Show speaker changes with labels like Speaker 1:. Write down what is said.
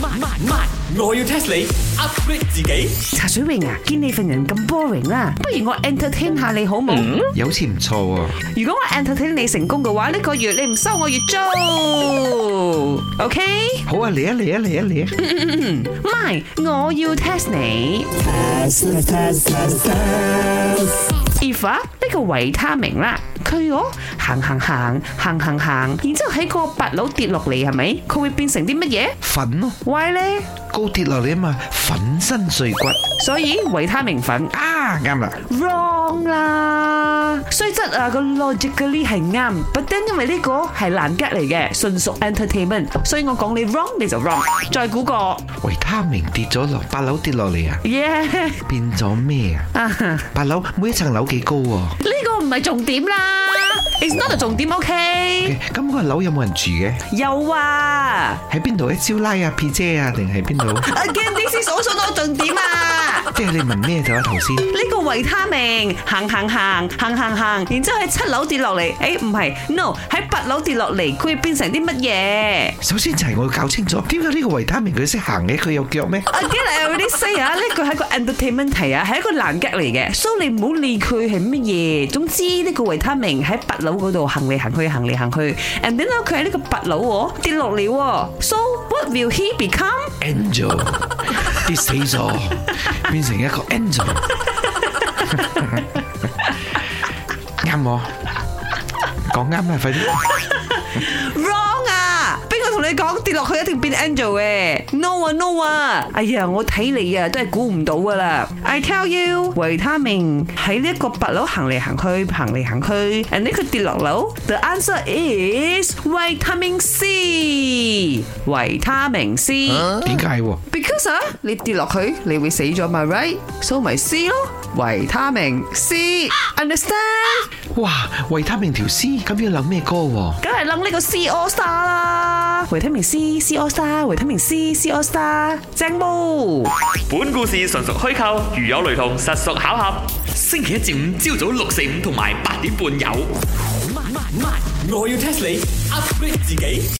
Speaker 1: 慢慢慢，我要 test 你 upgrade 自己。
Speaker 2: 茶水榮啊，見你份人咁 boring 啦，不如我 entertain 下你好冇？
Speaker 3: 有好似唔錯喎、
Speaker 2: 如果我 entertain 你成功嘅話，呢、個月你唔收我月租，OK？
Speaker 3: 好啊，嚟啊嚟啊嚟啊嚟啊！
Speaker 2: 唔係，我要 test 你。Eva 呢個維他命啦，佢我行行行行行行，然之後喺個八樓跌落嚟係咪？佢會變成啲乜嘢？
Speaker 3: 粉咯，
Speaker 2: 歪咧，
Speaker 3: 高跌落嚟啊嘛，粉身碎骨
Speaker 2: 所以維他命粉
Speaker 3: 啊，啱啦。
Speaker 2: wrong 啦，雖則啊個 logically 係啱，but then 因為呢個係爛吉嚟嘅，純屬 entertainment，所以我講你 wrong 你就 wrong，再估個
Speaker 3: 維他命跌咗落八樓跌落嚟啊，
Speaker 2: ，yeah
Speaker 3: 變咗咩啊？
Speaker 2: 啊哈
Speaker 3: 八樓每一層樓幾高喎、
Speaker 2: 呢個唔係重點啦，it's not a 重點，OK？
Speaker 3: 嘅咁個樓有冇人住嘅？
Speaker 2: 有啊
Speaker 3: 喺邊度？喺招拉啊、P 姐啊，定係邊度？
Speaker 2: ，again this is also not 重點啊。
Speaker 3: 即係你問咩咗啊頭先？
Speaker 2: 呢個維他命行行行行行行，然之後喺七樓跌落嚟，誒唔係，no 喺八樓跌落嚟，佢會變成啲乜嘢？
Speaker 3: 首先就係我要搞清楚，點解呢個維他命佢識行嘅？佢有腳咩？
Speaker 2: Again, I already say 啊，呢個係一個 entertainment 題啊，係一個難格嚟嘅，所以你唔好理佢係乜嘢。總之呢個維他命喺八樓嗰度行嚟行去，行嚟行去，and then 佢喺呢個八樓喎跌落嚟喎，so what will he become？
Speaker 3: Angel "Oh," 跌死咗，變成一個 Angel，啱我，講啱啦，快啲！
Speaker 2: wrong 啊！邊個同你講跌落去一定變 angel 嘅？No 啊 no 啊！哎呀，我睇你啊，都係估唔到噶啦！I tell you，維他命喺呢一個八樓行嚟行去，行嚟行去，and 呢佢跌落樓。The answer is 維他命 C，維他命 C。
Speaker 3: 點解喎？
Speaker 2: Because 啊，你跌落去你會死咗嘛，right？So 咪 C 咯，維他命 C，understand？
Speaker 3: 哇，維他命條絲咁要諗咩歌喎？
Speaker 2: 梗係諗呢個 C O Star 啦，維他命 C C O Star，維他命 C C O Star，正冇。
Speaker 4: 本故事純屬虛構，如有雷同，實屬巧合。星期一至五朝早六四五同埋八點半有。
Speaker 1: 慢慢慢，我要 test 你 upgrade 自己。